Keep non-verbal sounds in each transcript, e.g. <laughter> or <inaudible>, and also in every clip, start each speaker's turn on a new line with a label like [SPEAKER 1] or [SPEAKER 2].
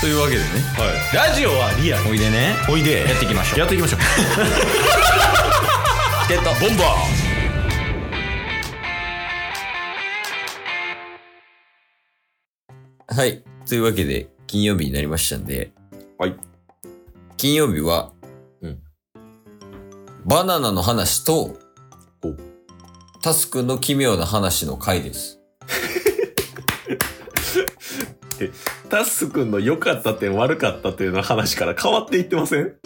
[SPEAKER 1] というわけでね
[SPEAKER 2] ラジオはリアル
[SPEAKER 1] おいでね
[SPEAKER 2] おいで
[SPEAKER 1] やっていきましょう
[SPEAKER 2] やっていきましょう
[SPEAKER 1] チケットボンバーはい。というわけで、金曜日になりましたんで。
[SPEAKER 2] はい。
[SPEAKER 1] 金曜日は、
[SPEAKER 2] うん
[SPEAKER 1] バナナの話と
[SPEAKER 2] お、
[SPEAKER 1] タスクの奇妙な話の回です。
[SPEAKER 2] タッス君の良かった点悪かった点の話から変わっていってません <laughs>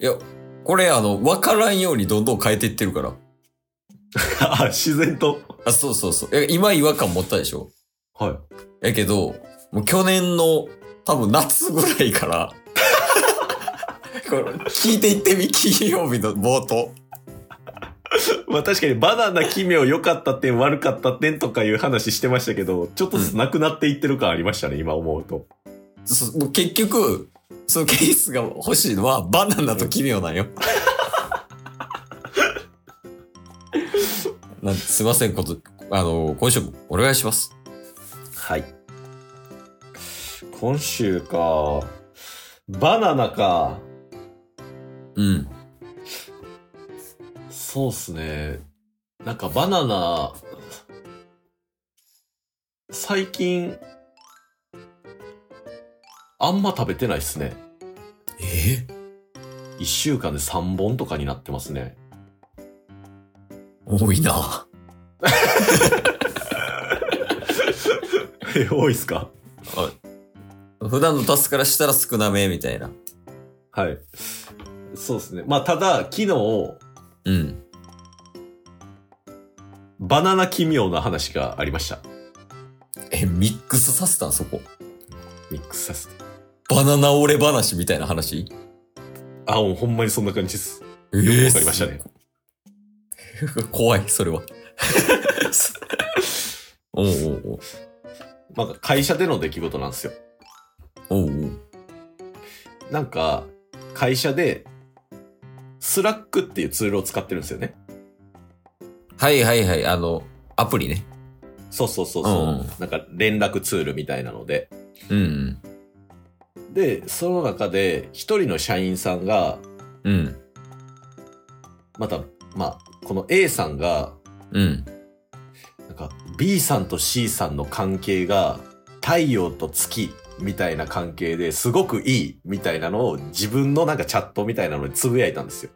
[SPEAKER 1] いや、これあの、わからんようにどんどん変えていってるから。
[SPEAKER 2] あ自然と
[SPEAKER 1] あ、そうそうそう。いや今違和感持ったでしょ
[SPEAKER 2] は
[SPEAKER 1] やけど、もう去年の多分夏ぐらいから、 <laughs> これ聞いていってみ、金曜日の冒頭。
[SPEAKER 2] いまあ確かにバナナ奇妙良かった点悪かった点とかいう話してましたけどちょっとずつなくなっていってる感ありましたね、今思うと
[SPEAKER 1] そもう結局、そのケースが欲しいのはバナナと奇妙なんよ。 <laughs> なんすいません、こと、あの、今週もお願いします。
[SPEAKER 2] はい今週かバナナか
[SPEAKER 1] うん。
[SPEAKER 2] そうっすね。なんかバナナ、最近、あんま食べてないっすね。
[SPEAKER 1] え
[SPEAKER 2] 一週間で3本とかになってますね。 <laughs>
[SPEAKER 1] 多いな。
[SPEAKER 2] え、多いっすか
[SPEAKER 1] 普段のタスからしたら少なめ、みたいな。
[SPEAKER 2] はい。そうっすね。まあ、ただ、昨日、
[SPEAKER 1] うん。
[SPEAKER 2] バナナ奇妙な話がありました。
[SPEAKER 1] え、ミックスさせたんそこ。
[SPEAKER 2] ミックスさせて。
[SPEAKER 1] バナナ折れ話みたいな話
[SPEAKER 2] あ、もうほんまにそんな感じです。
[SPEAKER 1] え
[SPEAKER 2] よくわかりましたね。
[SPEAKER 1] 怖い、それは。 <laughs> おうおう
[SPEAKER 2] なんか会社での出来事なんですよ。
[SPEAKER 1] おう。おうおう。
[SPEAKER 2] なんか、会社で、スラックっていうツールを使ってるんですよね。
[SPEAKER 1] はいはいはい、あの、アプリね。
[SPEAKER 2] そうそうそうそう、
[SPEAKER 1] うん
[SPEAKER 2] なんか連絡ツールみたいなので。
[SPEAKER 1] うん
[SPEAKER 2] で、その中で、一人の社員さんが、
[SPEAKER 1] うん。うん。
[SPEAKER 2] また、まあ、この A さんが、
[SPEAKER 1] うん。
[SPEAKER 2] なんか B さんと C さんの関係が、太陽と月みたいな関係ですごくいいみたいなのを自分のなんかチャットみたいなのでつぶやいたんですよ。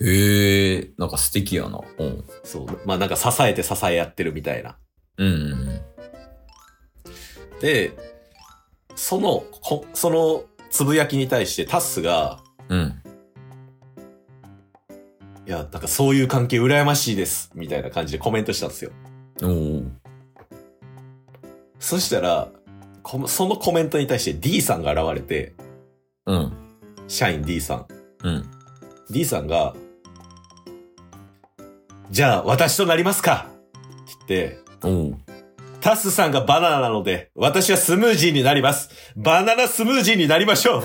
[SPEAKER 1] へえ、なんか素敵やな。うん。
[SPEAKER 2] そう。まあなんか支えて支え合ってるみたいな。
[SPEAKER 1] うん。
[SPEAKER 2] で、その、こそのつぶやきに対してタッスが、
[SPEAKER 1] うん。
[SPEAKER 2] いや、なんかそういう関係羨ましいです、みたいな感じでコメントしたんですよ。
[SPEAKER 1] おうん。
[SPEAKER 2] そしたら、こそのコメントに対して D さんが現れて、
[SPEAKER 1] おう。うん。
[SPEAKER 2] 社員 D さん。
[SPEAKER 1] うん。
[SPEAKER 2] D さんが、じゃあ私となりますかって言って、
[SPEAKER 1] おう。
[SPEAKER 2] タスさんがバナナなので、私はスムージーになります。バナナスムージーになりましょうっ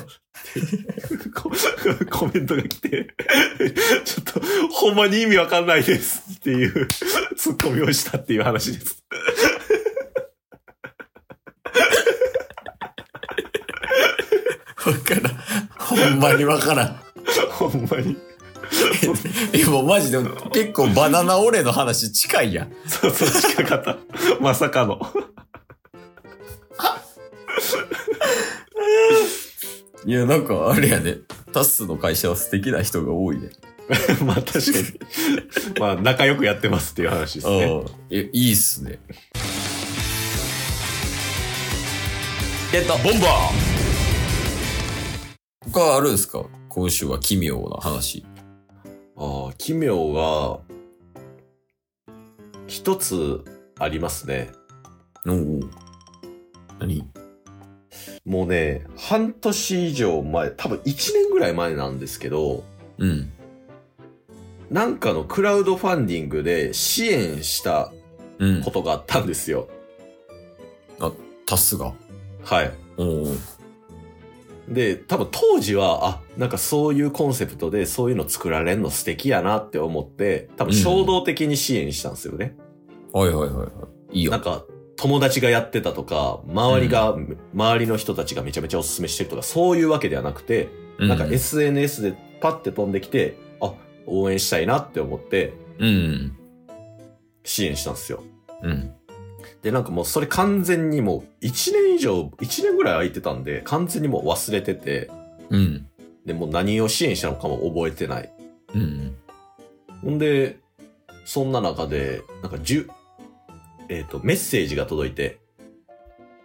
[SPEAKER 2] てココメントが来て、ちょっと、ほんまに意味わかんないですっていう、ツッコミをしたっていう話です。
[SPEAKER 1] わからん。ほんまにわからん。
[SPEAKER 2] ほんまに。
[SPEAKER 1] え、もうマジで、結構バナナ折れの話近いやん。
[SPEAKER 2] そうそう、近かった。まさかの。
[SPEAKER 1] いや、なんかあれやね。タスの会社は素敵な人が多いね。
[SPEAKER 2] まあ確かに。まあ仲良くやってますっていう話ですね。
[SPEAKER 1] ああ、え、いいっすね。ゲットボンバー他あるんですか今週は奇妙な話。
[SPEAKER 2] ああ、奇妙が、一つありますね。
[SPEAKER 1] おお。何
[SPEAKER 2] もうね、半年以上前、多分1年ぐらい前なんですけど、
[SPEAKER 1] うん。
[SPEAKER 2] なんかのクラウドファンディングで支援した
[SPEAKER 1] うん
[SPEAKER 2] こ。とがあったんですよ。
[SPEAKER 1] タスが。
[SPEAKER 2] はい。
[SPEAKER 1] おお。
[SPEAKER 2] で、多分当時は、あ、なんかそういうコンセプトでそういうの作られんの素敵やなって思って、多分衝動的に支援したんですよね。
[SPEAKER 1] はいはいはいはい。いい
[SPEAKER 2] なん
[SPEAKER 1] よ。
[SPEAKER 2] か、友達がやってたとか、周りが、周りの人たちがめちゃめちゃおすすめしてるとか、そういうわけではなくて、
[SPEAKER 1] うん
[SPEAKER 2] なんか SNS でパッて飛んできて、あ、応援したいなって思って
[SPEAKER 1] うん。
[SPEAKER 2] 支援したんですよ。
[SPEAKER 1] うん。
[SPEAKER 2] で、なんかもうそれ完全にもう1年以上、1年ぐらい空いてたんで、完全にもう忘れてて、
[SPEAKER 1] うん。
[SPEAKER 2] で、もう何を支援したのかも覚えてない。
[SPEAKER 1] うん。
[SPEAKER 2] ほんで、そんな中で、なんか10、えっ、と、メッセージが届いて、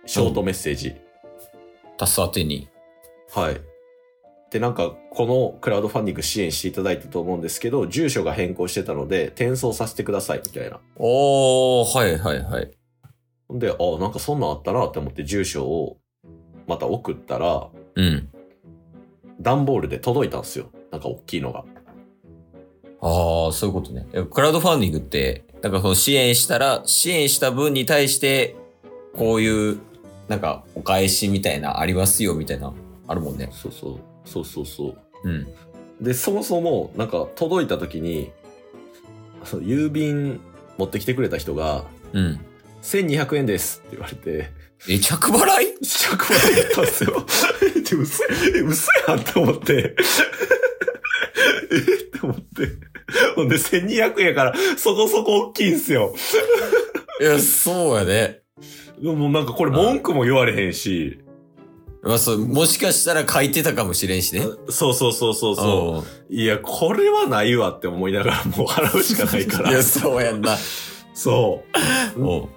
[SPEAKER 2] ショートメッセージ。
[SPEAKER 1] タス宛てに。
[SPEAKER 2] はい。で、なんか、このクラウドファンディング支援していただいたと思うんですけど、住所が変更してたので、転送させてください、みたいな。
[SPEAKER 1] おー、はいはいはい。
[SPEAKER 2] ほんで、あ、なんかそんなんあったなって思って住所をまた送ったら、
[SPEAKER 1] うん。
[SPEAKER 2] 段ボールで届いたんですよ。なんか大きいのが。
[SPEAKER 1] ああ、そういうことね。えクラウドファンディングって、なんかその支援したら、支援した分に対して、こういう、なんかお返しみたいな、ありますよみたいな、あるもんね。
[SPEAKER 2] そうそう。そうそうそう。
[SPEAKER 1] うん。
[SPEAKER 2] で、そもそも、なんか届いた時に、あの郵便持ってきてくれた人が、
[SPEAKER 1] うん。
[SPEAKER 2] 1200円ですって言われて、
[SPEAKER 1] え、着払い
[SPEAKER 2] 100万円だったんですよ。 <laughs> で、嘘や、嘘やんって思って。えって思って。ほんで、1200円やから、そこそこ大きいんすよ。
[SPEAKER 1] いや、そうやね。
[SPEAKER 2] でももうなんかこれ文句も言われへんし、
[SPEAKER 1] まあ、そう、もしかしたら書いてたかもしれんしね。
[SPEAKER 2] そうそうそうそうそうう。いや、これはないわって思いながらもう <laughs> 払うしかないか
[SPEAKER 1] いや、
[SPEAKER 2] ら。
[SPEAKER 1] そうやんな。
[SPEAKER 2] そ
[SPEAKER 1] おう。
[SPEAKER 2] う。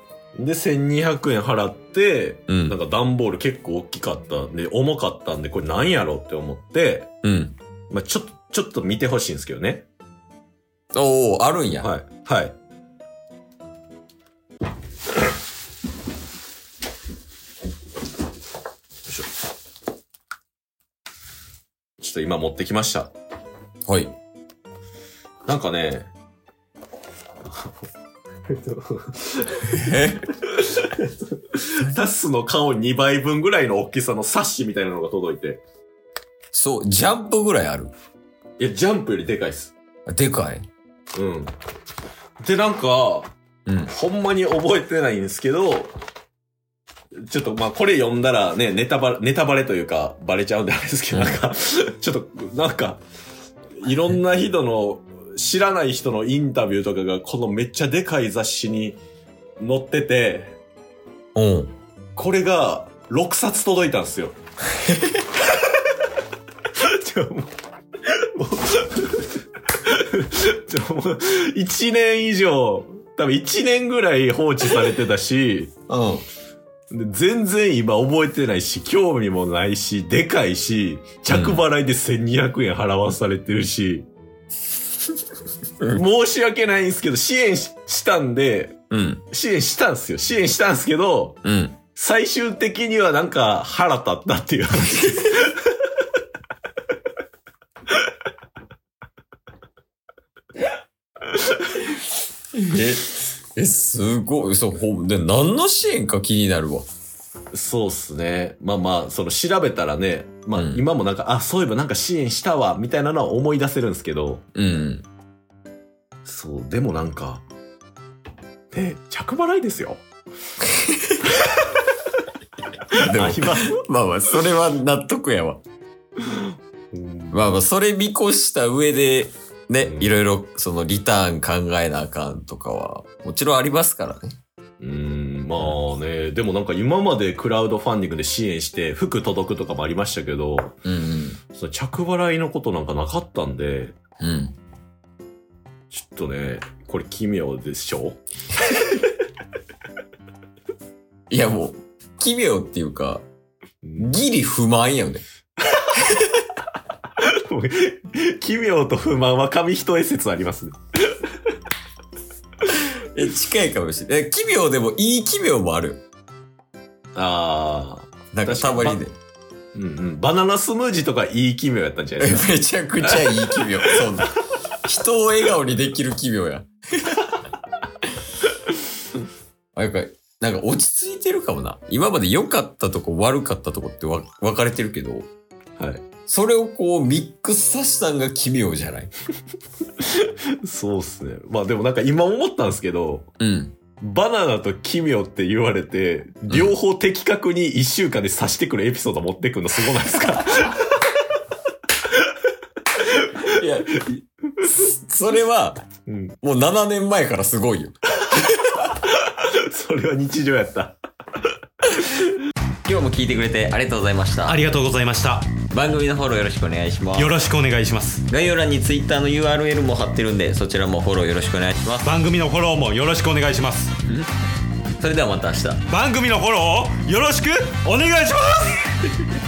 [SPEAKER 2] で、1200円払って、
[SPEAKER 1] うん
[SPEAKER 2] なん。か段ボール結構大きかったんで、重かったんで、これなんやろって思って、
[SPEAKER 1] うん。
[SPEAKER 2] まあちょっと、ちょっと見てほしいんですけどね。
[SPEAKER 1] おおあるんや。
[SPEAKER 2] はい。はい。ちょっと今持ってきました。
[SPEAKER 1] はい。
[SPEAKER 2] なんかね、
[SPEAKER 1] え
[SPEAKER 2] タスの顔2倍分ぐらいの大きさのサッシみたいなのが届いて。
[SPEAKER 1] そう、ジャンプぐらいある。
[SPEAKER 2] いや、ジャンプよりでかいっす。
[SPEAKER 1] でかい。
[SPEAKER 2] うん。で、なんか、
[SPEAKER 1] うん。
[SPEAKER 2] ほんまに覚えてないんですけど、ちょっとまあこれ読んだらね、ネタバレ、ネタバレというかバレちゃうんであれですけど、
[SPEAKER 1] うん
[SPEAKER 2] なんか、ちょっとなんか、いろんな人の、知らない人のインタビューとかがこのめっちゃでかい雑誌に載ってて、
[SPEAKER 1] うん。
[SPEAKER 2] これが6冊届いたんですよ。 <laughs> ちょ、もう、 <laughs> もう、ちょ、もう、1年以上、多分1年ぐらい放置されてたし、
[SPEAKER 1] うん。
[SPEAKER 2] で全然今覚えてないし、興味もないし、でかいし、着払いで1200円払わされてるし、
[SPEAKER 1] う
[SPEAKER 2] 申し訳ないんですけど、支援ししたんで、
[SPEAKER 1] うん。
[SPEAKER 2] 支援したんですよ。支援したんですけど、
[SPEAKER 1] うん。
[SPEAKER 2] 最終的にはなんか腹立ったっていう話です。
[SPEAKER 1] え、え、すごい。そう、ほんで、何の支援か気になるわ。
[SPEAKER 2] そうっすね。まあまあ、その調べたらね、まあ
[SPEAKER 1] うん
[SPEAKER 2] 今もなんか、あ、そういえばなんか支援したわ、みたいなのは思い出せるんですけど、
[SPEAKER 1] うん。
[SPEAKER 2] そう、でもなんか、ね、着払いです <laughs> よ。
[SPEAKER 1] でも
[SPEAKER 2] あ、今、
[SPEAKER 1] まあまあ、それは納得やわ。まあまあ、それ見越した上で、ね、
[SPEAKER 2] うん
[SPEAKER 1] いろいろ、その、リターン考えなあかんとかは、もちろんありますからね。
[SPEAKER 2] うん、まあね、でもなんか今までクラウドファンディングで支援して、服届くとかもありましたけど、
[SPEAKER 1] うん
[SPEAKER 2] その着払いのことなんかなかったんで、
[SPEAKER 1] うん。うん。
[SPEAKER 2] ちょっとね、これ奇妙でしょ
[SPEAKER 1] いや、もう、奇妙っていうか、ギリ不満やよね。
[SPEAKER 2] 奇妙と不満は紙一重説ありますね。
[SPEAKER 1] え、近いかもしれない。え奇妙でも、いい奇妙もあるよ。
[SPEAKER 2] ああ。
[SPEAKER 1] なんか、たまにね。
[SPEAKER 2] うんうん。バナナスムージーとかいい奇妙やったんじゃないです
[SPEAKER 1] <laughs>
[SPEAKER 2] か。
[SPEAKER 1] めちゃくちゃいい奇妙。そんな。人を笑顔にできる奇妙 <laughs> や。なんか、なんか落ち着いてるかもな。今まで良かったとこ悪かったとこってわ分かれてるけど、
[SPEAKER 2] はい。
[SPEAKER 1] それをこうミックスさせたんが奇妙じゃない
[SPEAKER 2] そうっすね。まあでもなんか今思ったんですけど、
[SPEAKER 1] うん。
[SPEAKER 2] バナナと奇妙って言われて、両方的確に一週間で刺してくるエピソード持ってくるのすごないですか <laughs>
[SPEAKER 1] いや、それは、
[SPEAKER 2] うん。
[SPEAKER 1] もう7年前からすごいよ。
[SPEAKER 2] それは日常やった。
[SPEAKER 1] 今日も聞いてくれてありがとうございました。
[SPEAKER 3] ありがとうございました。
[SPEAKER 1] 番組のフォローよろしくお願いします
[SPEAKER 3] よ。ろしくお願いします。
[SPEAKER 1] 概要欄に Twitter の URL も貼ってるんで、そちらもフォローよろしくお願いします。
[SPEAKER 3] 番組のフォローもよろしくお願いします。
[SPEAKER 1] それではまた明日。
[SPEAKER 3] 番組のフォローをよろしくお願いします